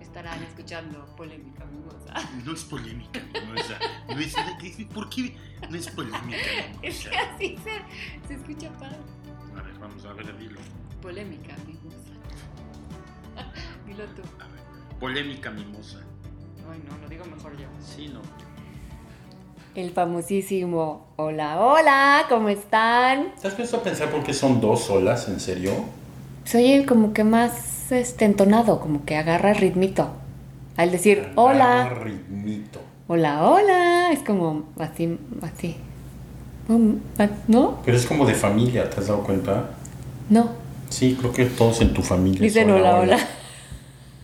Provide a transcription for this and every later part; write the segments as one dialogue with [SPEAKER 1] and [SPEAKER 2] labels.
[SPEAKER 1] estarán escuchando polémica mimosa.
[SPEAKER 2] No es polémica, mimosa. No es, ¿Por qué no es polémica,
[SPEAKER 1] Es
[SPEAKER 2] mimosa?
[SPEAKER 1] que así se, se escucha padre.
[SPEAKER 2] A ver, vamos a ver, dilo.
[SPEAKER 1] Polémica mimosa. Dilo tú.
[SPEAKER 2] A ver. Polémica, mimosa.
[SPEAKER 1] Ay, no, lo digo mejor yo.
[SPEAKER 2] Sí, no.
[SPEAKER 1] El famosísimo Hola, hola, ¿cómo están?
[SPEAKER 3] ¿Te has puesto a pensar por qué son dos olas, en serio?
[SPEAKER 1] Soy el como que más este, entonado, como que agarra ritmito. Al decir
[SPEAKER 3] Ah,
[SPEAKER 1] hola,
[SPEAKER 3] Ritmito.
[SPEAKER 1] hola, hola, es como así, así. Mm, ah, ¿No?
[SPEAKER 3] Pero es como de familia, ¿te has dado cuenta?
[SPEAKER 1] No.
[SPEAKER 3] Sí, creo que todos en tu familia.
[SPEAKER 1] Dicen
[SPEAKER 3] son
[SPEAKER 1] hola, hola.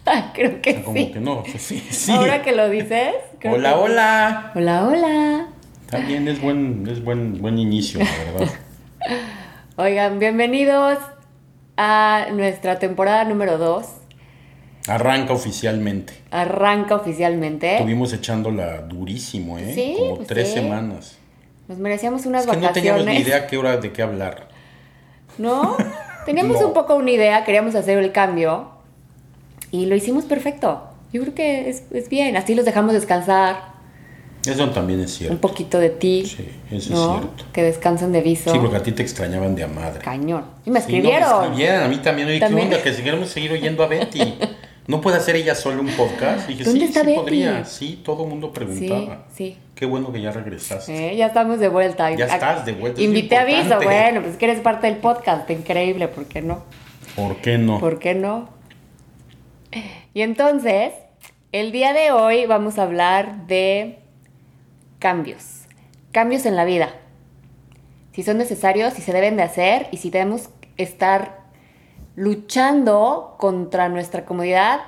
[SPEAKER 1] Ah, Creo
[SPEAKER 3] O
[SPEAKER 1] que
[SPEAKER 3] sea, como
[SPEAKER 1] sí.
[SPEAKER 3] que no, pues sí, sí.
[SPEAKER 1] Ahora que lo dices. creo
[SPEAKER 3] hola,
[SPEAKER 1] que-
[SPEAKER 3] hola.
[SPEAKER 1] Hola, hola.
[SPEAKER 3] También es buen, es buen, buen inicio, la verdad.
[SPEAKER 1] Oigan, bienvenidos a nuestra temporada número 2.
[SPEAKER 3] Arranca oficialmente.
[SPEAKER 1] ¿Eh? Arranca oficialmente.
[SPEAKER 3] Estuvimos echándola durísimo, ¿eh?
[SPEAKER 1] Sí,
[SPEAKER 3] como
[SPEAKER 1] pues
[SPEAKER 3] tres
[SPEAKER 1] sí.
[SPEAKER 3] semanas.
[SPEAKER 1] Nos merecíamos unas
[SPEAKER 3] Es que no
[SPEAKER 1] vacaciones.
[SPEAKER 3] teníamos ni idea qué hora de qué hablar.
[SPEAKER 1] ¿No? Teníamos
[SPEAKER 3] No.
[SPEAKER 1] un poco una idea, queríamos hacer el cambio y lo hicimos perfecto. Yo creo que es, es bien, así los dejamos descansar
[SPEAKER 3] Eso también es
[SPEAKER 1] un
[SPEAKER 3] cierto.
[SPEAKER 1] poquito de ti.
[SPEAKER 3] Sí, eso
[SPEAKER 1] ¿no?
[SPEAKER 3] es cierto.
[SPEAKER 1] Que descansen de viso.
[SPEAKER 3] Sí, porque a ti te extrañaban de a madre.
[SPEAKER 1] Cañón. Y me
[SPEAKER 3] Sí, no, pues
[SPEAKER 1] escribieron.
[SPEAKER 3] me escribieron, a mí también. Oye,
[SPEAKER 1] También.
[SPEAKER 3] ¿qué onda? Que si queremos seguir oyendo a Betty. ¿No puede hacer ella sola un podcast? Y dije,
[SPEAKER 1] ¿Dónde
[SPEAKER 3] sí,
[SPEAKER 1] está
[SPEAKER 3] sí
[SPEAKER 1] Betty?
[SPEAKER 3] podría. Sí, todo el mundo preguntaba.
[SPEAKER 1] Sí, sí.
[SPEAKER 3] Qué bueno que ya regresaste.
[SPEAKER 1] Eh, ya estamos de vuelta.
[SPEAKER 3] Ya estás de vuelta, es
[SPEAKER 1] Invité aviso,
[SPEAKER 3] importante.
[SPEAKER 1] bueno, pues que eres parte del podcast, increíble, ¿por qué no?
[SPEAKER 3] ¿Por qué no?
[SPEAKER 1] ¿Por qué no? Y entonces, el día de hoy vamos a hablar de cambios. Cambios en la vida. Si son necesarios, si se deben de hacer y si debemos estar luchando contra nuestra comodidad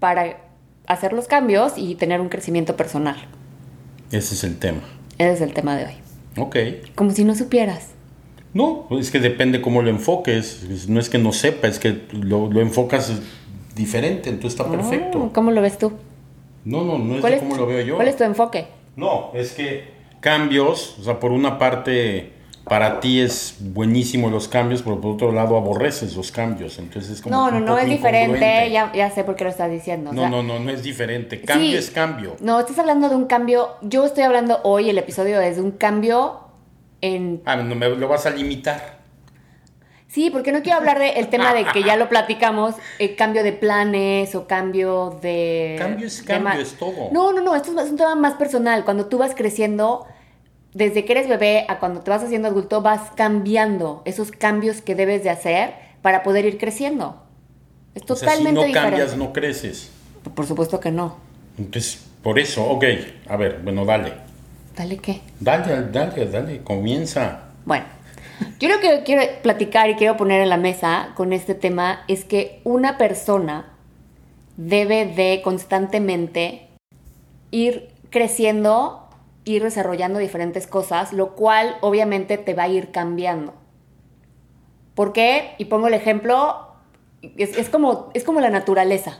[SPEAKER 1] para hacer los cambios y tener un crecimiento personal.
[SPEAKER 3] Ese es el tema.
[SPEAKER 1] Ese es el tema de hoy.
[SPEAKER 3] Ok.
[SPEAKER 1] Como si no supieras.
[SPEAKER 3] No, es que depende cómo lo enfoques. Es- No es que no sepa, es que lo, lo enfocas diferente, entonces está
[SPEAKER 1] Oh,
[SPEAKER 3] perfecto.
[SPEAKER 1] ¿Cómo lo ves tú?
[SPEAKER 3] No, no, no es
[SPEAKER 1] ¿Cuál
[SPEAKER 3] de
[SPEAKER 1] es,
[SPEAKER 3] cómo lo veo yo.
[SPEAKER 1] ¿Cuál es tu enfoque?
[SPEAKER 3] No, es que cambios, o sea, por una parte para ti es buenísimo los cambios, pero por otro lado aborreces los cambios, entonces es como
[SPEAKER 1] No,
[SPEAKER 3] un
[SPEAKER 1] no, no,
[SPEAKER 3] poco
[SPEAKER 1] es diferente.
[SPEAKER 3] incongruente.
[SPEAKER 1] Ya, ya sé por qué lo estás diciendo. o
[SPEAKER 3] No,
[SPEAKER 1] sea,
[SPEAKER 3] no, no, no es diferente. Cambio
[SPEAKER 1] sí.
[SPEAKER 3] es cambio.
[SPEAKER 1] No, estás hablando de un cambio. Yo estoy hablando hoy, el episodio es de un cambio en.
[SPEAKER 3] Ah, no me lo vas a limitar.
[SPEAKER 1] Sí, porque no quiero hablar del tema de que ya lo platicamos, el cambio de planes o cambio de.
[SPEAKER 3] Cambio es
[SPEAKER 1] de
[SPEAKER 3] cambio,
[SPEAKER 1] ma-
[SPEAKER 3] es todo.
[SPEAKER 1] No, no, no, esto es más- es un tema más personal. Cuando tú vas creciendo, desde que eres bebé a cuando te vas haciendo adulto, vas cambiando esos cambios que debes de hacer para poder ir creciendo. Es
[SPEAKER 3] O sea, si
[SPEAKER 1] totalmente
[SPEAKER 3] no
[SPEAKER 1] diferente.
[SPEAKER 3] cambias, no creces.
[SPEAKER 1] Por supuesto que no.
[SPEAKER 3] Entonces, por eso, ok, a ver, bueno, dale.
[SPEAKER 1] Dale qué.
[SPEAKER 3] Dale, dale, dale, comienza.
[SPEAKER 1] Bueno, yo lo que quiero platicar y quiero poner en la mesa con este tema es que una persona debe de constantemente ir creciendo, ir desarrollando diferentes cosas, lo cual obviamente te va a ir cambiando. ¿Por qué? Y pongo el ejemplo, es, es como, es como la naturaleza,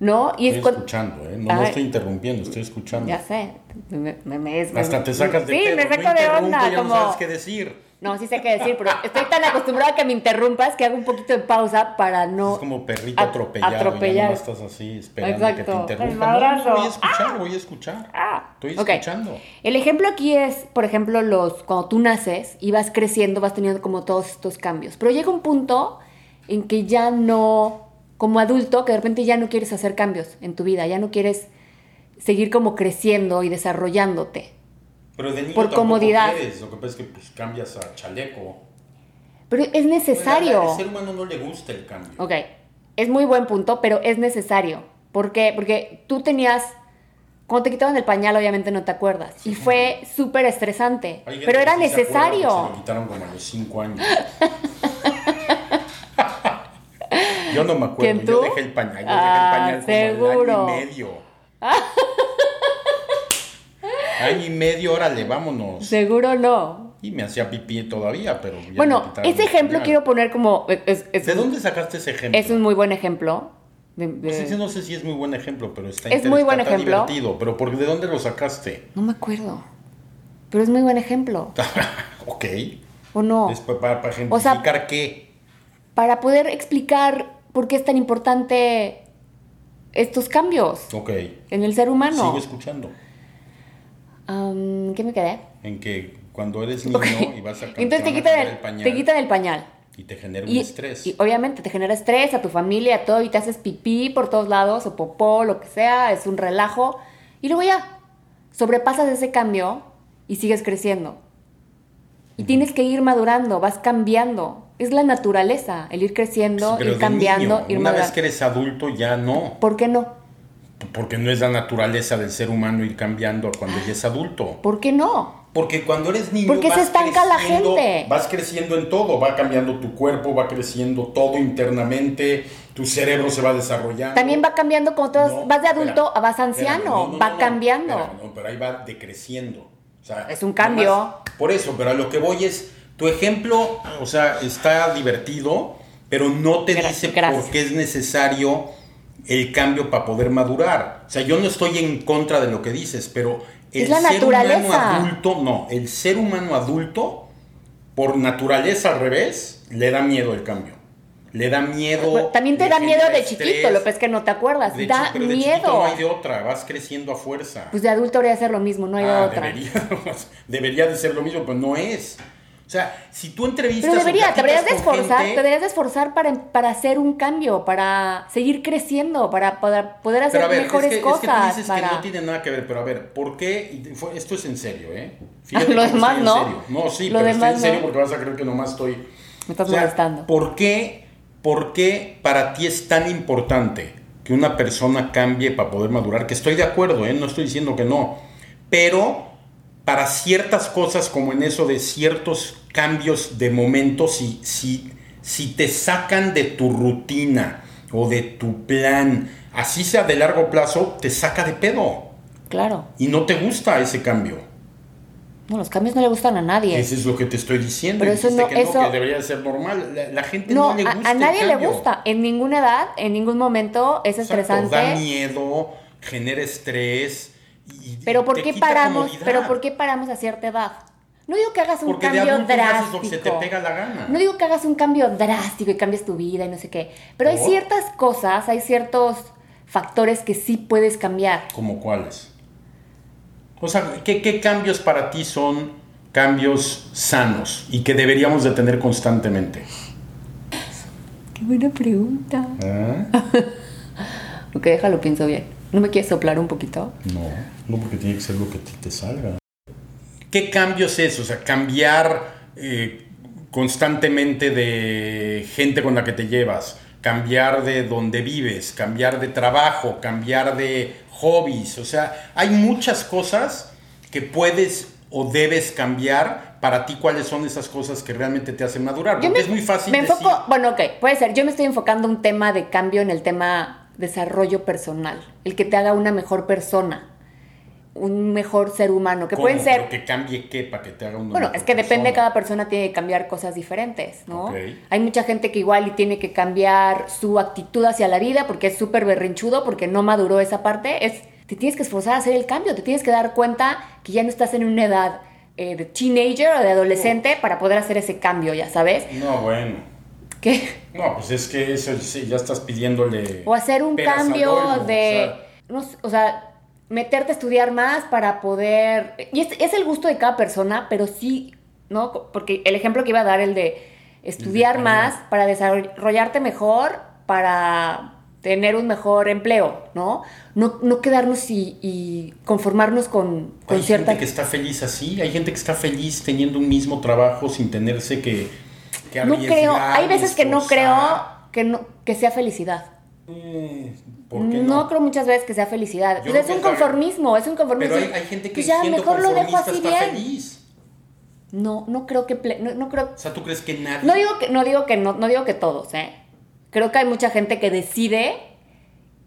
[SPEAKER 1] ¿no? Y es
[SPEAKER 3] Estoy
[SPEAKER 1] cuando-
[SPEAKER 3] escuchando, ¿eh? No, no
[SPEAKER 1] Ay.
[SPEAKER 3] estoy interrumpiendo, estoy escuchando.
[SPEAKER 1] Ya sé, me, me- me- es-
[SPEAKER 3] Hasta te sacas de
[SPEAKER 1] Sí,
[SPEAKER 3] pedo,
[SPEAKER 1] me
[SPEAKER 3] no
[SPEAKER 1] saco de
[SPEAKER 3] interrumpo,
[SPEAKER 1] onda,
[SPEAKER 3] ya
[SPEAKER 1] como...
[SPEAKER 3] no sabes qué decir.
[SPEAKER 1] No, sí sé qué decir, pero estoy tan acostumbrada a que me interrumpas que hago un poquito de pausa para no.
[SPEAKER 3] Es como perrito
[SPEAKER 1] a-
[SPEAKER 3] atropellado.
[SPEAKER 1] atropellar.
[SPEAKER 3] Ya no estás así esperando que te
[SPEAKER 1] Exacto.
[SPEAKER 3] interrumpa.
[SPEAKER 1] El
[SPEAKER 3] No, no,
[SPEAKER 1] madrazo.
[SPEAKER 3] voy a escuchar, voy a escuchar.
[SPEAKER 1] Ah,
[SPEAKER 3] Estoy
[SPEAKER 1] ok.
[SPEAKER 3] escuchando.
[SPEAKER 1] El ejemplo aquí es, por ejemplo, los cuando tú naces y vas creciendo, vas teniendo como todos estos cambios. Pero llega un punto en que ya no, como adulto, que de repente ya no quieres hacer cambios en tu vida, ya no quieres seguir como creciendo y desarrollándote.
[SPEAKER 3] Pero de niño
[SPEAKER 1] Por
[SPEAKER 3] tampoco
[SPEAKER 1] comodidad.
[SPEAKER 3] quieres, Lo que pasa es que pues, cambias a chaleco.
[SPEAKER 1] Pero es necesario.
[SPEAKER 3] Al ser humano no le gusta el cambio.
[SPEAKER 1] Ok, es muy buen punto, pero es necesario. ¿Por qué? Porque tú tenías, cuando te quitaban el pañal, obviamente no te acuerdas. Y fue súper estresante,
[SPEAKER 3] Hay gente
[SPEAKER 1] pero
[SPEAKER 3] que
[SPEAKER 1] era
[SPEAKER 3] sí se acuerda porque Se lo
[SPEAKER 1] necesario.
[SPEAKER 3] quitaron como a los 5 años. yo no me acuerdo.
[SPEAKER 1] ¿Quién, tú?
[SPEAKER 3] Yo dejé el pañal. Yo
[SPEAKER 1] Ah,
[SPEAKER 3] dejé el pañal como
[SPEAKER 1] seguro.
[SPEAKER 3] al año y medio. año y medio, órale, vámonos.
[SPEAKER 1] Seguro no.
[SPEAKER 3] Y me hacía pipí todavía, pero. ya me
[SPEAKER 1] bueno,
[SPEAKER 3] quitaron
[SPEAKER 1] ese
[SPEAKER 3] el
[SPEAKER 1] ejemplo
[SPEAKER 3] pañal.
[SPEAKER 1] quiero poner como... Es, es-
[SPEAKER 3] ¿De dónde sacaste ese ejemplo?
[SPEAKER 1] es un muy buen ejemplo. de- de-
[SPEAKER 3] Pues ese no sé si es muy buen ejemplo, pero está
[SPEAKER 1] Es
[SPEAKER 3] inter-
[SPEAKER 1] muy buen
[SPEAKER 3] está
[SPEAKER 1] ejemplo.
[SPEAKER 3] divertido. Pero ¿por de dónde lo sacaste?
[SPEAKER 1] No me acuerdo, pero es muy buen ejemplo.
[SPEAKER 3] ok.
[SPEAKER 1] ¿O no?
[SPEAKER 3] Es pa- para, para
[SPEAKER 1] O sea-
[SPEAKER 3] identificar qué.
[SPEAKER 1] Para poder explicar por qué es tan importante estos cambios
[SPEAKER 3] Ok.
[SPEAKER 1] en el ser humano.
[SPEAKER 3] Sigo escuchando.
[SPEAKER 1] Am, ¿Qué me quedé?
[SPEAKER 3] En que cuando eres niño
[SPEAKER 1] Ok.
[SPEAKER 3] y vas a
[SPEAKER 1] Entonces te
[SPEAKER 3] van a
[SPEAKER 1] quitan
[SPEAKER 3] cambiar
[SPEAKER 1] el,
[SPEAKER 3] pañal
[SPEAKER 1] te quitan el pañal.
[SPEAKER 3] y te genera un
[SPEAKER 1] Y,
[SPEAKER 3] estrés.
[SPEAKER 1] y obviamente te genera estrés a tu familia, a todo, y te haces pipí por todos lados, o popó, lo que sea, es un relajo. Y luego ya, sobrepasas ese cambio y sigues creciendo. Y tienes que ir madurando, vas cambiando. Es la naturaleza, el ir creciendo,
[SPEAKER 3] Pues, Pero
[SPEAKER 1] ir
[SPEAKER 3] de
[SPEAKER 1] cambiando,
[SPEAKER 3] niño,
[SPEAKER 1] ir
[SPEAKER 3] una vez
[SPEAKER 1] madurando.
[SPEAKER 3] que eres adulto ya no,
[SPEAKER 1] ¿Por qué no?
[SPEAKER 3] porque no es la naturaleza del ser humano ir cambiando cuando ya es adulto.
[SPEAKER 1] ¿Por qué no?
[SPEAKER 3] Porque cuando eres niño
[SPEAKER 1] Porque se
[SPEAKER 3] vas
[SPEAKER 1] estanca la
[SPEAKER 3] creciendo-
[SPEAKER 1] gente.
[SPEAKER 3] Vas creciendo en todo, va cambiando tu cuerpo, va creciendo todo internamente, tu cerebro se va desarrollando.
[SPEAKER 1] También va cambiando como todas,
[SPEAKER 3] No,
[SPEAKER 1] vas de
[SPEAKER 3] espera,
[SPEAKER 1] adulto a vas
[SPEAKER 3] espera,
[SPEAKER 1] anciano,
[SPEAKER 3] no, no,
[SPEAKER 1] va
[SPEAKER 3] no, no,
[SPEAKER 1] cambiando.
[SPEAKER 3] espera, no, pero ahí va decreciendo. O sea,
[SPEAKER 1] Es un cambio.
[SPEAKER 3] nomás- por eso, pero a lo que voy es, tu ejemplo, o sea, está divertido, pero no te
[SPEAKER 1] Gra-
[SPEAKER 3] dice
[SPEAKER 1] gracias.
[SPEAKER 3] por qué es necesario el cambio para poder madurar. O sea, yo no estoy en contra de lo que dices, pero el
[SPEAKER 1] Es la
[SPEAKER 3] ser humano
[SPEAKER 1] naturaleza.
[SPEAKER 3] adulto, no, el ser humano adulto, por naturaleza al revés, le da miedo el cambio. Le da miedo.
[SPEAKER 1] Bueno, Pues, También te
[SPEAKER 3] le
[SPEAKER 1] da miedo
[SPEAKER 3] genera
[SPEAKER 1] de chiquito,
[SPEAKER 3] estrés.
[SPEAKER 1] lo que es que no te acuerdas.
[SPEAKER 3] De
[SPEAKER 1] da
[SPEAKER 3] chi- pero de
[SPEAKER 1] miedo.
[SPEAKER 3] chiquito no hay de otra, vas creciendo a fuerza.
[SPEAKER 1] Pues de adulto debería ser lo mismo, no hay
[SPEAKER 3] Ah,
[SPEAKER 1] otra.
[SPEAKER 3] Debería, debería de ser lo mismo, pero no es. O sea, si tú entrevistas.
[SPEAKER 1] Pero
[SPEAKER 3] o
[SPEAKER 1] debería, te deberías
[SPEAKER 3] platicas
[SPEAKER 1] de
[SPEAKER 3] con
[SPEAKER 1] esforzar,
[SPEAKER 3] gente-
[SPEAKER 1] te deberías de esforzar para, para hacer un cambio, para seguir creciendo, para poder, poder hacer
[SPEAKER 3] pero a ver,
[SPEAKER 1] mejores
[SPEAKER 3] es que, es que
[SPEAKER 1] cosas.
[SPEAKER 3] tú dices
[SPEAKER 1] para...
[SPEAKER 3] que no tiene nada que ver, pero a ver, ¿por qué? Y te- fue- Esto es en serio, ¿eh?
[SPEAKER 1] Lo
[SPEAKER 3] Fíjate cómo estoy
[SPEAKER 1] demás
[SPEAKER 3] en
[SPEAKER 1] no.
[SPEAKER 3] serio. No, sí,
[SPEAKER 1] Lo
[SPEAKER 3] pero estoy
[SPEAKER 1] demás
[SPEAKER 3] en serio
[SPEAKER 1] no.
[SPEAKER 3] porque vas a creer que nomás estoy.
[SPEAKER 1] Me estás
[SPEAKER 3] O sea,
[SPEAKER 1] molestando.
[SPEAKER 3] ¿Por qué, por qué para ti es tan importante que una persona cambie para poder madurar? Que estoy de acuerdo, ¿eh? no estoy diciendo que no. Pero para ciertas cosas, como en eso de ciertos cambios de momento, si, si, si te sacan de tu rutina o de tu plan, así sea de largo plazo, te saca de pedo
[SPEAKER 1] Claro,
[SPEAKER 3] y no te gusta ese cambio.
[SPEAKER 1] no, los cambios no le gustan a nadie.
[SPEAKER 3] Eso es lo que te estoy diciendo.
[SPEAKER 1] Pero eso
[SPEAKER 3] Dijiste
[SPEAKER 1] no-
[SPEAKER 3] que,
[SPEAKER 1] eso-
[SPEAKER 3] que debería ser normal. La, la gente
[SPEAKER 1] no,
[SPEAKER 3] no, le
[SPEAKER 1] a-
[SPEAKER 3] gusta.
[SPEAKER 1] a,
[SPEAKER 3] el
[SPEAKER 1] nadie le
[SPEAKER 3] cambio.
[SPEAKER 1] gusta. En ninguna edad, en ningún momento es
[SPEAKER 3] Exacto,
[SPEAKER 1] estresante.
[SPEAKER 3] Da miedo, genera estrés. y- y
[SPEAKER 1] Pero ¿por
[SPEAKER 3] te
[SPEAKER 1] qué
[SPEAKER 3] quita
[SPEAKER 1] paramos?
[SPEAKER 3] comodidad.
[SPEAKER 1] Pero ¿por qué paramos a cierta edad? No digo que hagas un
[SPEAKER 3] Porque de
[SPEAKER 1] cambio
[SPEAKER 3] adulto haces
[SPEAKER 1] drástico.
[SPEAKER 3] lo que se te pega la gana.
[SPEAKER 1] No digo que hagas un cambio drástico y cambies tu vida y no sé qué. Pero hay
[SPEAKER 3] ¿Por?
[SPEAKER 1] ciertas cosas, hay ciertos factores que sí puedes cambiar.
[SPEAKER 3] ¿Como cuáles? O sea, ¿qué, qué cambios para ti son cambios sanos y que deberíamos de tener constantemente?
[SPEAKER 1] Qué buena pregunta.
[SPEAKER 3] ¿Ah?
[SPEAKER 1] Ok, déjalo, pienso bien. ¿No me quieres soplar un poquito?
[SPEAKER 3] No, no porque tiene que ser lo que a ti te salga. ¿Qué cambios es? O sea, cambiar eh, constantemente de gente con la que te llevas, cambiar de donde vives, cambiar de trabajo, cambiar de hobbies. O sea, hay muchas cosas que puedes o debes cambiar. Para ti, ¿cuáles son esas cosas que realmente te hacen madurar? Porque
[SPEAKER 1] me-
[SPEAKER 3] es muy fácil
[SPEAKER 1] Me enfoco,
[SPEAKER 3] decir-
[SPEAKER 1] bueno, ok, puede ser. Yo me estoy enfocando un tema de cambio en el tema desarrollo personal, el que te haga una mejor persona, un mejor ser humano, que
[SPEAKER 3] ¿Cómo?
[SPEAKER 1] pueden ser.
[SPEAKER 3] Pero que cambie qué para que te haga un
[SPEAKER 1] Bueno, es que depende, cada persona tiene que cambiar cosas diferentes, ¿no?
[SPEAKER 3] Ok.
[SPEAKER 1] Hay mucha gente que igual y tiene que cambiar su actitud hacia la vida porque es súper berrinchudo, porque no maduró esa parte. Es, te tienes que esforzar a hacer el cambio, te tienes que dar cuenta que ya no estás en una edad eh, de teenager o de adolescente para poder hacer ese cambio, ya sabes.
[SPEAKER 3] No, bueno.
[SPEAKER 1] Que,
[SPEAKER 3] No, pues es que eso sí, ya estás pidiéndole.
[SPEAKER 1] o hacer un
[SPEAKER 3] peras al
[SPEAKER 1] cambio
[SPEAKER 3] olmo,
[SPEAKER 1] de,
[SPEAKER 3] o sea,
[SPEAKER 1] no sé, o sea, meterte a estudiar más para poder, y es, es el gusto de cada persona, pero sí, ¿no? Co- Porque el ejemplo que iba a dar, el de estudiar
[SPEAKER 3] español.
[SPEAKER 1] más para desarrollarte mejor, para tener un mejor empleo, ¿no? No, no quedarnos y, y conformarnos con, con
[SPEAKER 3] hay
[SPEAKER 1] cierta...
[SPEAKER 3] gente que está feliz así, hay gente que está feliz teniendo un mismo trabajo sin tenerse que. que
[SPEAKER 1] No creo,
[SPEAKER 3] arriesgar,
[SPEAKER 1] hay veces que no creo
[SPEAKER 3] esforzar.
[SPEAKER 1] que, no, que sea felicidad.
[SPEAKER 3] Eh, ¿Por qué
[SPEAKER 1] No,
[SPEAKER 3] no?
[SPEAKER 1] creo muchas veces que sea felicidad.
[SPEAKER 3] Yo
[SPEAKER 1] O sea,
[SPEAKER 3] creo
[SPEAKER 1] es
[SPEAKER 3] que
[SPEAKER 1] un
[SPEAKER 3] es la-
[SPEAKER 1] conformismo, es un conformismo.
[SPEAKER 3] Pero hay, hay gente que
[SPEAKER 1] Pues ya,
[SPEAKER 3] siendo
[SPEAKER 1] mejor lo dejo
[SPEAKER 3] conformista
[SPEAKER 1] así
[SPEAKER 3] está
[SPEAKER 1] bien.
[SPEAKER 3] feliz.
[SPEAKER 1] No, no creo que... ple- No, no creo...
[SPEAKER 3] O sea, ¿tú crees que nadie.
[SPEAKER 1] No digo que, no digo que, no, no digo que todos, ¿eh? Creo que hay mucha gente que decide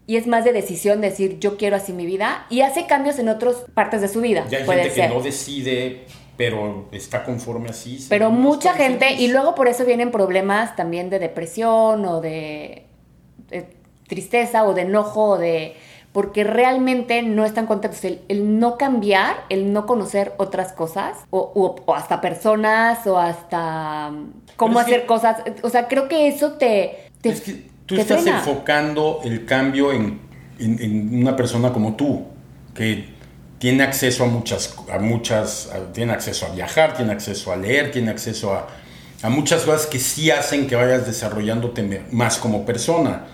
[SPEAKER 1] y es más de decisión decir yo quiero así mi vida y hace cambios en otras partes de su vida.
[SPEAKER 3] ya hay
[SPEAKER 1] puede
[SPEAKER 3] gente
[SPEAKER 1] ser.
[SPEAKER 3] que no decide, pero está conforme así. se-
[SPEAKER 1] Pero
[SPEAKER 3] no
[SPEAKER 1] mucha
[SPEAKER 3] está
[SPEAKER 1] gente,
[SPEAKER 3] feliz.
[SPEAKER 1] y luego por eso vienen problemas también de depresión o de, de tristeza o de enojo, o de porque realmente no están contentos. El, el no cambiar, el no conocer otras cosas, o, u- o hasta personas, o hasta mm, cómo
[SPEAKER 3] Pero es que-
[SPEAKER 1] hacer cosas. O sea, creo que eso te... te
[SPEAKER 3] Es que tú
[SPEAKER 1] te
[SPEAKER 3] estás
[SPEAKER 1] frena.
[SPEAKER 3] enfocando el cambio en en, en una persona como tú, que tiene acceso a muchas, a muchas, a- tiene acceso a viajar, tiene acceso a leer, tiene acceso a, a muchas cosas que sí hacen que vayas desarrollándote me- más como persona.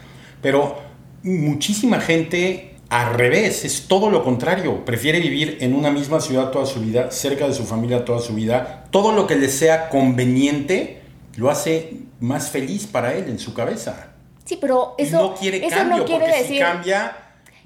[SPEAKER 3] Pero muchísima gente al revés, es todo lo contrario, prefiere vivir en una misma ciudad toda su vida, cerca de su familia toda su vida, todo lo que le sea conveniente lo hace más feliz para él en su cabeza.
[SPEAKER 1] Sí, pero eso
[SPEAKER 3] y no quiere
[SPEAKER 1] eso
[SPEAKER 3] cambio,
[SPEAKER 1] no quiere
[SPEAKER 3] porque
[SPEAKER 1] decir.
[SPEAKER 3] si cambia.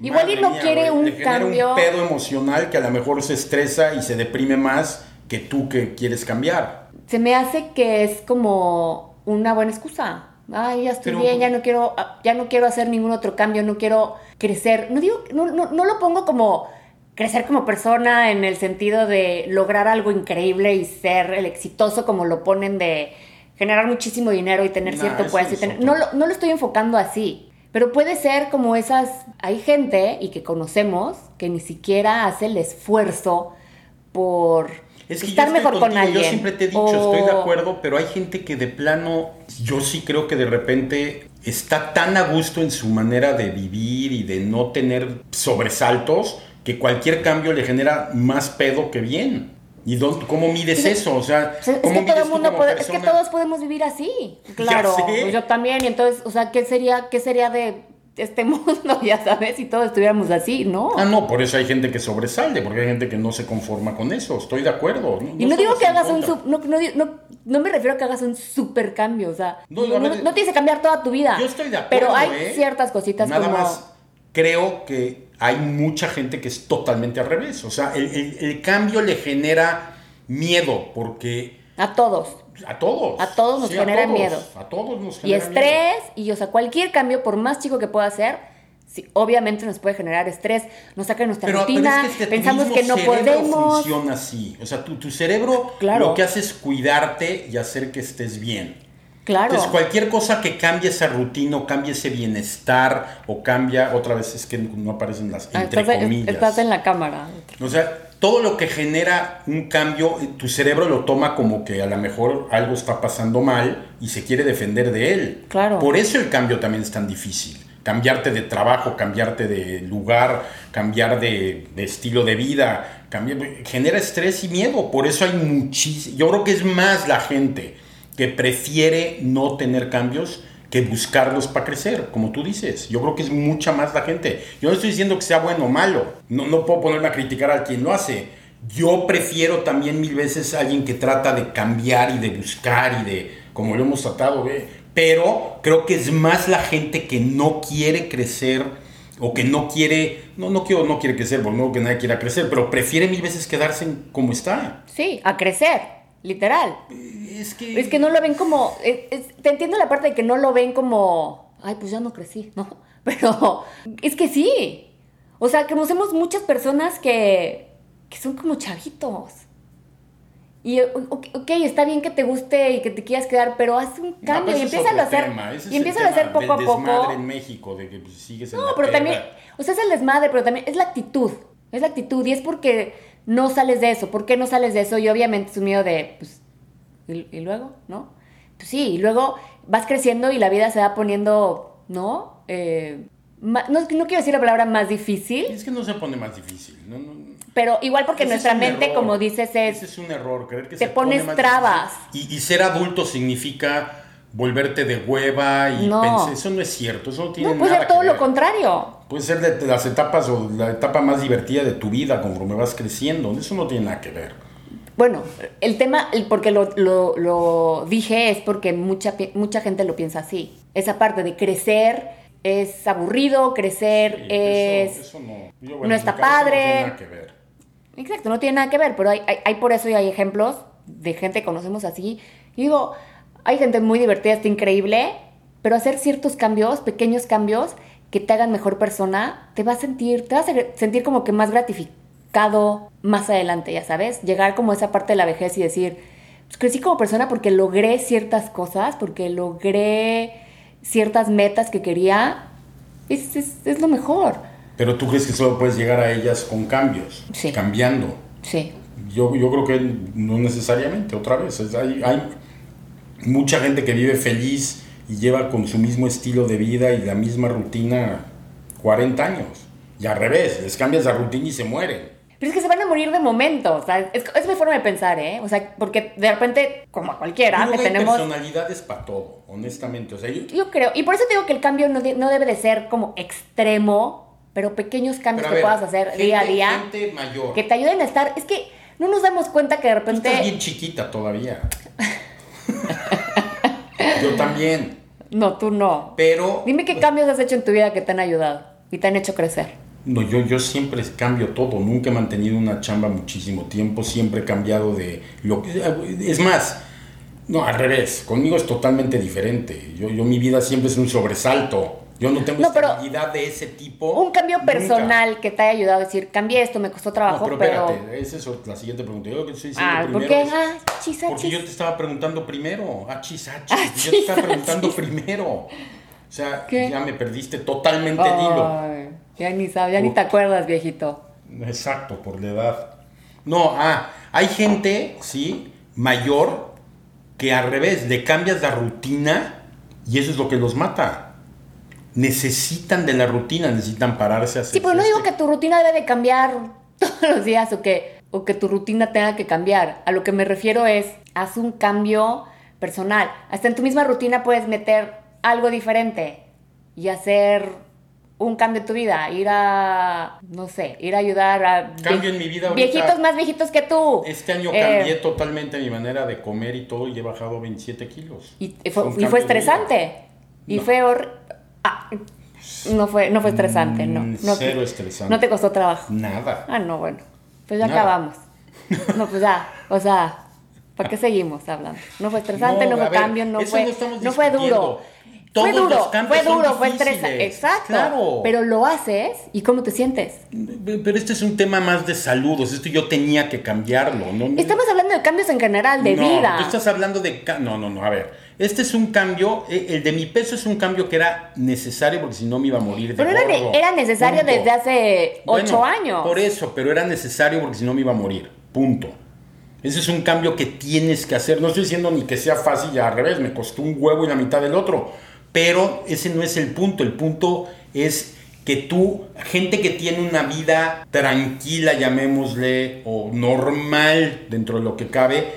[SPEAKER 1] Igual y
[SPEAKER 3] madre
[SPEAKER 1] no
[SPEAKER 3] mía,
[SPEAKER 1] quiere
[SPEAKER 3] güey,
[SPEAKER 1] un
[SPEAKER 3] le genera
[SPEAKER 1] cambio.
[SPEAKER 3] un pedo emocional que a lo mejor se estresa y se deprime más que tú que quieres cambiar.
[SPEAKER 1] Se me hace que es como una buena excusa. Ay, ya estoy
[SPEAKER 3] Pero-
[SPEAKER 1] bien, ya no quiero, ah, ya no quiero hacer ningún otro cambio, no quiero crecer. No digo, no, no, no lo pongo como crecer como persona en el sentido de lograr algo increíble y ser el exitoso como lo ponen de generar muchísimo dinero y tener
[SPEAKER 3] Nah,
[SPEAKER 1] cierto
[SPEAKER 3] eso
[SPEAKER 1] puesto. y
[SPEAKER 3] es
[SPEAKER 1] tener-
[SPEAKER 3] otro.
[SPEAKER 1] no, lo, no lo estoy enfocando así, pero puede ser como esas, hay gente y que conocemos que ni siquiera hace el esfuerzo por
[SPEAKER 3] Es que yo
[SPEAKER 1] estar
[SPEAKER 3] estoy
[SPEAKER 1] mejor con
[SPEAKER 3] contigo,
[SPEAKER 1] alguien.
[SPEAKER 3] Yo siempre te he dicho,
[SPEAKER 1] o-
[SPEAKER 3] estoy de acuerdo, pero hay gente que de plano, yo sí creo que de repente está tan a gusto en su manera de vivir y de no tener sobresaltos que cualquier cambio le genera más pedo que bien. ¿Y dónde- cómo mides
[SPEAKER 1] Sí.
[SPEAKER 3] eso? O sea,
[SPEAKER 1] O sea, es
[SPEAKER 3] ¿cómo
[SPEAKER 1] que todo
[SPEAKER 3] mides
[SPEAKER 1] el
[SPEAKER 3] tú
[SPEAKER 1] mundo
[SPEAKER 3] como
[SPEAKER 1] puede- es que
[SPEAKER 3] persona?
[SPEAKER 1] todos podemos vivir así. Claro,
[SPEAKER 3] sé.
[SPEAKER 1] pues yo también, y entonces, o sea, ¿qué sería qué sería de este mundo, ya sabes, si todos estuviéramos así, no?
[SPEAKER 3] Ah, no, por eso hay gente que sobresale, porque hay gente que no se conforma con eso. Estoy de acuerdo.
[SPEAKER 1] y no, digo
[SPEAKER 3] estamos
[SPEAKER 1] que
[SPEAKER 3] en
[SPEAKER 1] hagas un
[SPEAKER 3] contra.
[SPEAKER 1] sup- no, no di- no- no me refiero a que hagas un super cambio, o sea,
[SPEAKER 3] No,
[SPEAKER 1] no,
[SPEAKER 3] yo a
[SPEAKER 1] no-
[SPEAKER 3] ver-
[SPEAKER 1] no tienes que cambiar toda tu vida.
[SPEAKER 3] Yo estoy de acuerdo.
[SPEAKER 1] Pero hay
[SPEAKER 3] ¿eh?
[SPEAKER 1] ciertas cositas
[SPEAKER 3] Nada
[SPEAKER 1] como
[SPEAKER 3] más creo que hay mucha gente que es totalmente al revés. O sea, el, el- el cambio le genera miedo, porque
[SPEAKER 1] a todos.
[SPEAKER 3] a todos.
[SPEAKER 1] A todos nos genera
[SPEAKER 3] todos,
[SPEAKER 1] miedo.
[SPEAKER 3] A todos nos
[SPEAKER 1] Y
[SPEAKER 3] genera miedo.
[SPEAKER 1] estrés, y o sea, cualquier cambio, por más chico que pueda ser, sí, obviamente nos puede generar estrés, nos saca de nuestra
[SPEAKER 3] Pero, pero
[SPEAKER 1] rutina,
[SPEAKER 3] es que tu
[SPEAKER 1] pensamos
[SPEAKER 3] mismo
[SPEAKER 1] que no
[SPEAKER 3] cerebro
[SPEAKER 1] podemos.
[SPEAKER 3] funciona así. O sea, tu, tu cerebro
[SPEAKER 1] Claro.
[SPEAKER 3] lo que hace es cuidarte y hacer que estés bien.
[SPEAKER 1] Claro.
[SPEAKER 3] Entonces, cualquier cosa que cambie esa rutina o cambie ese bienestar o cambia, otra vez es que no aparecen las
[SPEAKER 1] Ah,
[SPEAKER 3] entre
[SPEAKER 1] estás, es-
[SPEAKER 3] comillas.
[SPEAKER 1] estás en la cámara.
[SPEAKER 3] O sea, todo lo que genera un cambio, tu cerebro lo toma como que a lo mejor algo está pasando mal y se quiere defender de él.
[SPEAKER 1] Claro.
[SPEAKER 3] Por eso el cambio también es tan difícil. Cambiarte de trabajo, cambiarte de lugar, cambiar de, de estilo de vida, cambiar, genera estrés y miedo. Por eso hay muchísimo. Yo creo que es más la gente que prefiere no tener cambios que buscarlos para crecer, como tú dices. Yo creo que es mucha más la gente. Yo no estoy diciendo que sea bueno o malo. No, no puedo ponerme a criticar a quien lo hace. Yo prefiero también mil veces a alguien que trata de cambiar y de buscar y de, como lo hemos tratado, ¿ve? pero creo que es más la gente que no quiere crecer o que no quiere, no, no, quiero, no quiere crecer, porque no que nadie quiera crecer, pero prefiere mil veces quedarse en como está.
[SPEAKER 1] Sí, a crecer, literal.
[SPEAKER 3] Es que,
[SPEAKER 1] Es que no lo ven como. es- es- te entiendo la parte de que no lo ven como. Ay, pues ya no crecí, ¿no? Pero es que sí. O sea, conocemos muchas personas que, que son como chavitos. Y o- o- ok, está bien que te guste y que te quieras quedar, pero haz un
[SPEAKER 3] No,
[SPEAKER 1] cambio
[SPEAKER 3] pero
[SPEAKER 1] y
[SPEAKER 3] ese es
[SPEAKER 1] empieza a
[SPEAKER 3] otro
[SPEAKER 1] hacer.
[SPEAKER 3] tema, ese es
[SPEAKER 1] y
[SPEAKER 3] el
[SPEAKER 1] empieza a
[SPEAKER 3] tema
[SPEAKER 1] hacer poco a
[SPEAKER 3] del
[SPEAKER 1] poco.
[SPEAKER 3] desmadre en México, de que pues, sigues en
[SPEAKER 1] No,
[SPEAKER 3] la
[SPEAKER 1] pero
[SPEAKER 3] perra.
[SPEAKER 1] también, o sea, es el desmadre, pero también es la actitud, es la actitud y es porque no sales de eso, ¿por qué no sales de eso? Y obviamente es un miedo de, pues, ¿y, y luego? ¿No? Pues sí, y luego vas creciendo y la vida se va poniendo, ¿no? Eh, ma- no, no quiero decir la palabra más difícil,
[SPEAKER 3] Es que no se pone más difícil. No, no, no.
[SPEAKER 1] pero igual porque
[SPEAKER 3] Ese es
[SPEAKER 1] nuestra
[SPEAKER 3] un
[SPEAKER 1] mente,
[SPEAKER 3] error.
[SPEAKER 1] como dices,
[SPEAKER 3] Ese
[SPEAKER 1] es,
[SPEAKER 3] es un error, creer que
[SPEAKER 1] te
[SPEAKER 3] se pone
[SPEAKER 1] pones
[SPEAKER 3] más
[SPEAKER 1] trabas.
[SPEAKER 3] difícil. Y, y ser adulto significa volverte de hueva y
[SPEAKER 1] No.
[SPEAKER 3] pensar. Eso no es cierto, eso no tiene
[SPEAKER 1] no, puede
[SPEAKER 3] nada
[SPEAKER 1] ser todo
[SPEAKER 3] que
[SPEAKER 1] lo
[SPEAKER 3] ver.
[SPEAKER 1] contrario.
[SPEAKER 3] Puede ser de las etapas o la etapa más divertida de tu vida conforme vas creciendo. Eso no tiene nada que ver.
[SPEAKER 1] Bueno, el tema, el porque lo, lo- lo dije, es porque mucha, pi- mucha gente lo piensa así. Esa parte de crecer es aburrido, crecer es...
[SPEAKER 3] Eso, eso no. Yo,
[SPEAKER 1] no
[SPEAKER 3] en
[SPEAKER 1] está
[SPEAKER 3] mi cabeza
[SPEAKER 1] padre.
[SPEAKER 3] No tiene nada que ver.
[SPEAKER 1] Exacto, no tiene nada que ver, pero hay, hay- hay por eso y hay ejemplos de gente que conocemos así. Y digo, hay gente muy divertida, está increíble, pero hacer ciertos cambios, pequeños cambios que te hagan mejor persona, te va a sentir, te vas a gr- sentir como que más gratificado más adelante, ya sabes, llegar como a esa parte de la vejez y decir, pues crecí como persona porque logré ciertas cosas, porque logré ciertas metas que quería, es, es- es lo mejor.
[SPEAKER 3] Pero tú crees que solo puedes llegar a ellas con cambios,
[SPEAKER 1] Sí.
[SPEAKER 3] cambiando.
[SPEAKER 1] Sí,
[SPEAKER 3] Yo, yo creo que no necesariamente, otra vez. Es- hay, hay mucha gente que vive feliz y lleva con su mismo estilo de vida y la misma rutina 40 años. Y al revés, les cambias la rutina y se mueren.
[SPEAKER 1] Pero es que se van a morir de momento, o sea, es, es mi forma de pensar, ¿eh? O sea, porque de repente, como a cualquiera,
[SPEAKER 3] Luego
[SPEAKER 1] le
[SPEAKER 3] hay
[SPEAKER 1] tenemos...
[SPEAKER 3] personalidades para todo, honestamente. O sea, yo-
[SPEAKER 1] Yo creo, y por eso te digo que el cambio no, de- no debe de ser como extremo, pero pequeños
[SPEAKER 3] pero
[SPEAKER 1] cambios
[SPEAKER 3] a
[SPEAKER 1] que
[SPEAKER 3] ver,
[SPEAKER 1] puedas hacer
[SPEAKER 3] gente-
[SPEAKER 1] día a día
[SPEAKER 3] Gente mayor.
[SPEAKER 1] que te ayuden a estar. Es que no nos damos cuenta que de
[SPEAKER 3] Tú estás
[SPEAKER 1] repente.
[SPEAKER 3] bien chiquita todavía. yo también.
[SPEAKER 1] No, tú no.
[SPEAKER 3] Pero.
[SPEAKER 1] Dime qué cambios has hecho en tu vida que te han ayudado y te han hecho crecer.
[SPEAKER 3] No, yo, yo siempre cambio todo, nunca he mantenido una chamba muchísimo tiempo, siempre he cambiado de lo que... eh, Es más, no, al revés, conmigo es totalmente diferente. Yo, yo mi vida siempre es un sobresalto. Yo no tengo
[SPEAKER 1] No, pero
[SPEAKER 3] estabilidad de ese tipo.
[SPEAKER 1] Un cambio
[SPEAKER 3] nunca.
[SPEAKER 1] personal que te haya ayudado a decir, cambié esto, me costó
[SPEAKER 3] No,
[SPEAKER 1] trabajo,
[SPEAKER 3] pero
[SPEAKER 1] pero.
[SPEAKER 3] espérate, esa es la siguiente pregunta. Yo lo que estoy diciendo
[SPEAKER 1] Ah, ¿por
[SPEAKER 3] primero
[SPEAKER 1] qué?
[SPEAKER 3] es-
[SPEAKER 1] Ah, chis, ah,
[SPEAKER 3] porque
[SPEAKER 1] chis.
[SPEAKER 3] yo te estaba preguntando primero. Achis, achis.
[SPEAKER 1] Achis,
[SPEAKER 3] yo te estaba preguntando
[SPEAKER 1] Ah, achis.
[SPEAKER 3] primero. O sea,
[SPEAKER 1] ¿Qué? Ah.
[SPEAKER 3] ya me perdiste totalmente el hilo.
[SPEAKER 1] Ay, ya ni sabes, ya ni te acuerdas, viejito.
[SPEAKER 3] Exacto, por la edad. No, ah, hay gente, sí, mayor, que al revés, le cambias la rutina y eso es lo que los mata. Necesitan de la rutina, necesitan pararse a hacer.
[SPEAKER 1] Sí, pero no digo que
[SPEAKER 3] este-
[SPEAKER 1] tu rutina debe de cambiar todos los días o que, o que tu rutina tenga que cambiar. A lo que me refiero es, haz un cambio personal. Hasta en tu misma rutina puedes meter algo diferente y hacer un cambio en tu vida. Ir a, no sé, ir a ayudar a...
[SPEAKER 3] Cambio
[SPEAKER 1] vie-
[SPEAKER 3] en mi vida ahorita.
[SPEAKER 1] Viejitos más viejitos que tú.
[SPEAKER 3] Este año
[SPEAKER 1] Eh,
[SPEAKER 3] cambié totalmente mi manera de comer y todo y he bajado 27 kilos.
[SPEAKER 1] Y, y fue,
[SPEAKER 3] Un
[SPEAKER 1] y
[SPEAKER 3] cambio
[SPEAKER 1] fue
[SPEAKER 3] de vida.
[SPEAKER 1] estresante. Y
[SPEAKER 3] No.
[SPEAKER 1] fue... hor- ah, no fue, no fue estresante, no.
[SPEAKER 3] Mm,
[SPEAKER 1] no
[SPEAKER 3] cero estresante.
[SPEAKER 1] No te costó trabajo.
[SPEAKER 3] Nada.
[SPEAKER 1] Ah, no, bueno. Pues ya
[SPEAKER 3] Nada.
[SPEAKER 1] acabamos. No, pues ya, o sea, ¿para qué seguimos hablando? No fue estresante, no,
[SPEAKER 3] a
[SPEAKER 1] fue
[SPEAKER 3] ver,
[SPEAKER 1] cambio, no
[SPEAKER 3] eso
[SPEAKER 1] fue,
[SPEAKER 3] estamos
[SPEAKER 1] no fue duro.
[SPEAKER 3] discutiendo. Todos
[SPEAKER 1] fue
[SPEAKER 3] los
[SPEAKER 1] duro,
[SPEAKER 3] cambios
[SPEAKER 1] fue
[SPEAKER 3] son
[SPEAKER 1] duro, fue
[SPEAKER 3] difíciles.
[SPEAKER 1] estresante. Exacto.
[SPEAKER 3] Claro.
[SPEAKER 1] Pero lo haces y cómo te sientes.
[SPEAKER 3] Pero este es un tema más de saludos. Esto yo tenía que cambiarlo. No, no-
[SPEAKER 1] Estamos hablando de cambios en general, de
[SPEAKER 3] no,
[SPEAKER 1] vida.
[SPEAKER 3] Tú estás hablando de. ca- No, no, no. A ver. Este es un cambio. eh, El de mi peso es un cambio que era necesario porque si no me iba a morir de
[SPEAKER 1] Pero era, ne-
[SPEAKER 3] gordo.
[SPEAKER 1] era necesario
[SPEAKER 3] Punto.
[SPEAKER 1] desde hace
[SPEAKER 3] Bueno,
[SPEAKER 1] ocho años.
[SPEAKER 3] Por e- eso, pero era necesario porque si no me iba a morir. Punto. Ese es un cambio que tienes que hacer. No estoy diciendo ni que sea fácil y al revés, me costó un huevo y la mitad del otro. Pero ese no es el punto. El punto es que tú, gente que tiene una vida tranquila, llamémosle, o normal dentro de lo que cabe,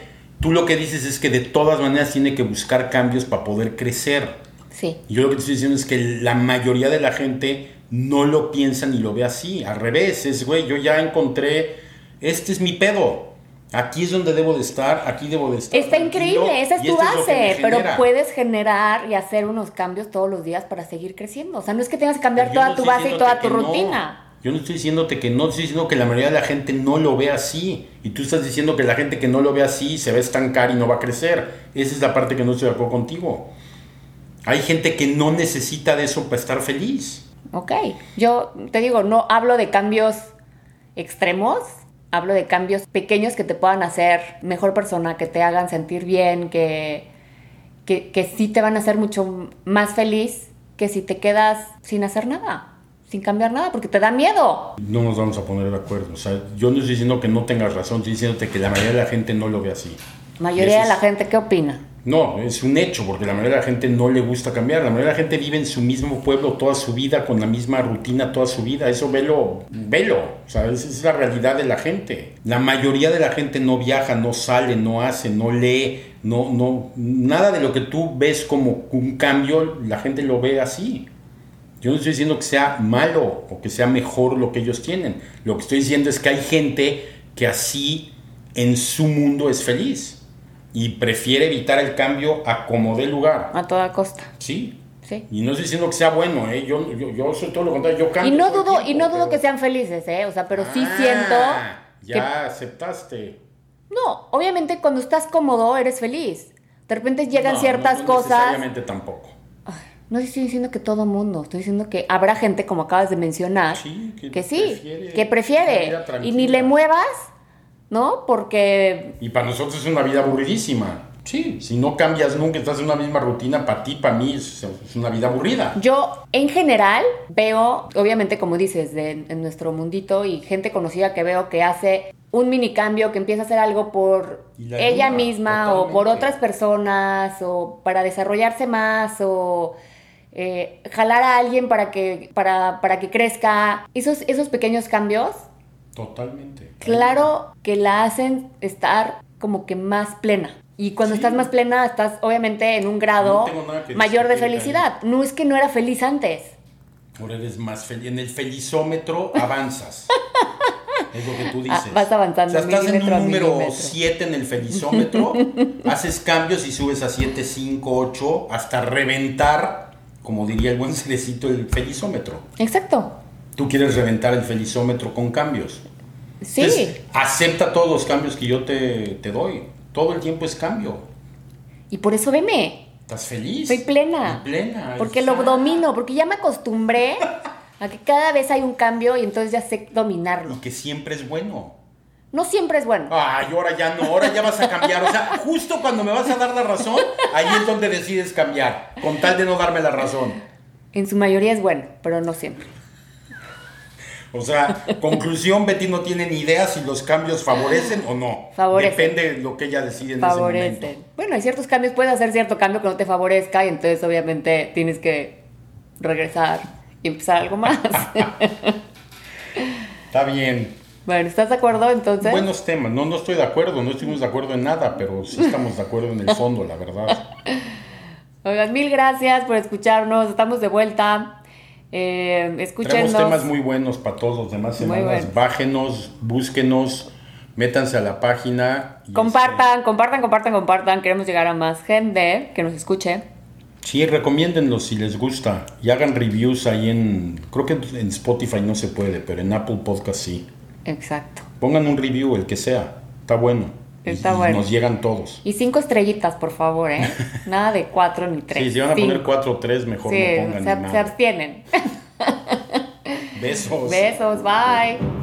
[SPEAKER 3] tú lo que dices es que de todas maneras tiene que buscar cambios para poder crecer.
[SPEAKER 1] Sí.
[SPEAKER 3] Y Yo lo que te estoy diciendo es que la mayoría de la gente no lo piensa ni lo ve así. Al revés, es, güey, yo ya encontré, este es mi pedo. Aquí es donde debo de estar, aquí debo de estar.
[SPEAKER 1] Está
[SPEAKER 3] tranquilo,
[SPEAKER 1] increíble, esa es
[SPEAKER 3] y
[SPEAKER 1] tu
[SPEAKER 3] esto es lo que me
[SPEAKER 1] base, pero
[SPEAKER 3] genera.
[SPEAKER 1] puedes generar y hacer unos cambios todos los días para seguir creciendo. O sea, no es que tengas que cambiar
[SPEAKER 3] Pues Yo
[SPEAKER 1] toda
[SPEAKER 3] no
[SPEAKER 1] tu
[SPEAKER 3] estoy
[SPEAKER 1] base y
[SPEAKER 3] diciéndote
[SPEAKER 1] toda tu
[SPEAKER 3] que no.
[SPEAKER 1] rutina.
[SPEAKER 3] Yo no estoy diciéndote que no, estoy diciendo que la mayoría de la gente no lo ve así. Y tú estás diciendo que la gente que no lo ve así se va a estancar y no va a crecer. Esa es la parte que no estoy de acuerdo contigo. Hay gente que no necesita de eso para estar feliz.
[SPEAKER 1] Ok, yo te digo, no hablo de cambios extremos, hablo de cambios pequeños que te puedan hacer mejor persona, que te hagan sentir bien, que, que, que sí te van a hacer mucho más feliz que si te quedas sin hacer nada, sin cambiar nada, porque te da miedo.
[SPEAKER 3] No nos vamos a poner de acuerdo. O sea, yo no estoy diciendo que no tengas razón, estoy diciéndote que la mayoría de la gente no lo ve así.
[SPEAKER 1] Mayoría
[SPEAKER 3] Eso
[SPEAKER 1] de la
[SPEAKER 3] es-
[SPEAKER 1] gente, ¿qué opina?
[SPEAKER 3] No, es un hecho, porque la mayoría de la gente no le gusta cambiar. La mayoría de la gente vive en su mismo pueblo toda su vida, con la misma rutina toda su vida. Eso velo, velo. O sea, esa es la realidad de la gente. La mayoría de la gente no viaja, no sale, no hace, no lee, no, no, nada de lo que tú ves como un cambio, la gente lo ve así. Yo no estoy diciendo que sea malo o que sea mejor lo que ellos tienen. Lo que estoy diciendo es que hay gente que así en su mundo es feliz y prefiere evitar el cambio a como dé lugar.
[SPEAKER 1] A toda costa,
[SPEAKER 3] Sí.
[SPEAKER 1] ¿sí?
[SPEAKER 3] Y no estoy diciendo que sea bueno, ¿eh? yo, yo, yo soy todo lo contrario. Yo
[SPEAKER 1] Y
[SPEAKER 3] cambio
[SPEAKER 1] no
[SPEAKER 3] todo el
[SPEAKER 1] dudo, y
[SPEAKER 3] tiempo,
[SPEAKER 1] no dudo
[SPEAKER 3] pero-
[SPEAKER 1] que sean felices, ¿eh? O sea, pero sí
[SPEAKER 3] Ah,
[SPEAKER 1] siento que
[SPEAKER 3] Ya aceptaste.
[SPEAKER 1] No, obviamente cuando estás cómodo eres feliz. De repente llegan
[SPEAKER 3] No,
[SPEAKER 1] ciertas
[SPEAKER 3] no
[SPEAKER 1] cosas.
[SPEAKER 3] Necesariamente tampoco.
[SPEAKER 1] No estoy diciendo que todo mundo, estoy diciendo que habrá gente, como acabas de mencionar,
[SPEAKER 3] Sí, que
[SPEAKER 1] sí,
[SPEAKER 3] prefiere
[SPEAKER 1] que
[SPEAKER 3] una vida
[SPEAKER 1] prefiere. Y
[SPEAKER 3] tranquila.
[SPEAKER 1] ni le muevas, ¿no? Porque
[SPEAKER 3] Y para nosotros es una vida aburridísima. Sí. Si no cambias nunca, estás en una misma rutina, para ti, para mí, es, es una vida aburrida.
[SPEAKER 1] yo en general veo, obviamente como dices, de- en nuestro mundito y gente conocida que veo que hace un mini cambio, que empieza a hacer algo por
[SPEAKER 3] Y la
[SPEAKER 1] ella
[SPEAKER 3] ayuda,
[SPEAKER 1] misma o por
[SPEAKER 3] totalmente.
[SPEAKER 1] otras personas o para desarrollarse más o eh, jalar a alguien para que, para, para que crezca. Esos, esos pequeños cambios,
[SPEAKER 3] Totalmente.
[SPEAKER 1] claro que la hacen estar como que más plena. Y cuando
[SPEAKER 3] Sí.
[SPEAKER 1] estás más plena, estás obviamente en un grado
[SPEAKER 3] No tengo nada que
[SPEAKER 1] mayor de
[SPEAKER 3] discutir,
[SPEAKER 1] felicidad. No es que no era feliz antes.
[SPEAKER 3] Ahora eres más feliz. En el felizómetro avanzas. Es lo que tú dices.
[SPEAKER 1] Ah, vas avanzando
[SPEAKER 3] O sea, estás en
[SPEAKER 1] milímetro a
[SPEAKER 3] un número
[SPEAKER 1] milímetro.
[SPEAKER 3] 7 en el felizómetro, haces cambios y subes a 7, 5, 8, hasta reventar, como diría el buen cerecito, el felizómetro.
[SPEAKER 1] Exacto.
[SPEAKER 3] Tú quieres reventar el felizómetro con cambios.
[SPEAKER 1] Sí.
[SPEAKER 3] Entonces, acepta todos los cambios que yo te, te doy. Todo el tiempo es cambio.
[SPEAKER 1] y por eso veme.
[SPEAKER 3] Estás feliz.
[SPEAKER 1] Soy plena.
[SPEAKER 3] Y plena.
[SPEAKER 1] Porque lo
[SPEAKER 3] exacto.
[SPEAKER 1] domino, porque ya me acostumbré a que cada vez hay un cambio y entonces ya sé dominarlo.
[SPEAKER 3] Y que siempre es bueno.
[SPEAKER 1] No siempre es bueno.
[SPEAKER 3] Ay, ahora ya no, ahora ya vas a cambiar. O sea, justo cuando me vas a dar la razón, ahí es donde decides cambiar, con tal de no darme la razón.
[SPEAKER 1] En su mayoría es bueno, pero no siempre.
[SPEAKER 3] O sea, conclusión, Betty no tiene ni idea si los cambios favorecen o no.
[SPEAKER 1] Favorecen.
[SPEAKER 3] Depende de lo que ella decide en ese
[SPEAKER 1] Favorecen.
[SPEAKER 3] momento.
[SPEAKER 1] Bueno, hay ciertos cambios, puedes hacer cierto cambio que no te favorezca y entonces obviamente tienes que regresar y empezar algo más.
[SPEAKER 3] Está bien.
[SPEAKER 1] bueno, ¿estás de acuerdo entonces?
[SPEAKER 3] Buenos temas. No, no estoy de acuerdo, no estuvimos de acuerdo en nada, pero sí estamos de acuerdo en el fondo, la verdad.
[SPEAKER 1] Oigan, mil gracias por escucharnos, estamos de vuelta. Eh, escúchenos.
[SPEAKER 3] Tenemos temas muy buenos para todos los demás
[SPEAKER 1] Muy
[SPEAKER 3] semanas.
[SPEAKER 1] bueno.
[SPEAKER 3] Bájenos, búsquenos, métanse a la página. y,
[SPEAKER 1] Compartan, compartan, compartan, compartan. Queremos llegar a más gente que nos escuche.
[SPEAKER 3] Sí, recomiéndenlos si les gusta y hagan reviews ahí en, creo que en Spotify no se puede, pero en Apple Podcast sí.
[SPEAKER 1] Exacto.
[SPEAKER 3] Pongan un review, el que sea, está bueno. Y-
[SPEAKER 1] Está
[SPEAKER 3] y
[SPEAKER 1] bueno.
[SPEAKER 3] Nos llegan todos.
[SPEAKER 1] Y cinco estrellitas, por favor, ¿eh? Nada de cuatro ni tres.
[SPEAKER 3] Sí, si van a poner
[SPEAKER 1] Cinco.
[SPEAKER 3] 4 o 3, mejor
[SPEAKER 1] Sí,
[SPEAKER 3] no pongan
[SPEAKER 1] se,
[SPEAKER 3] ni Pues
[SPEAKER 1] se
[SPEAKER 3] nada.
[SPEAKER 1] abstienen.
[SPEAKER 3] Besos.
[SPEAKER 1] Besos, bye.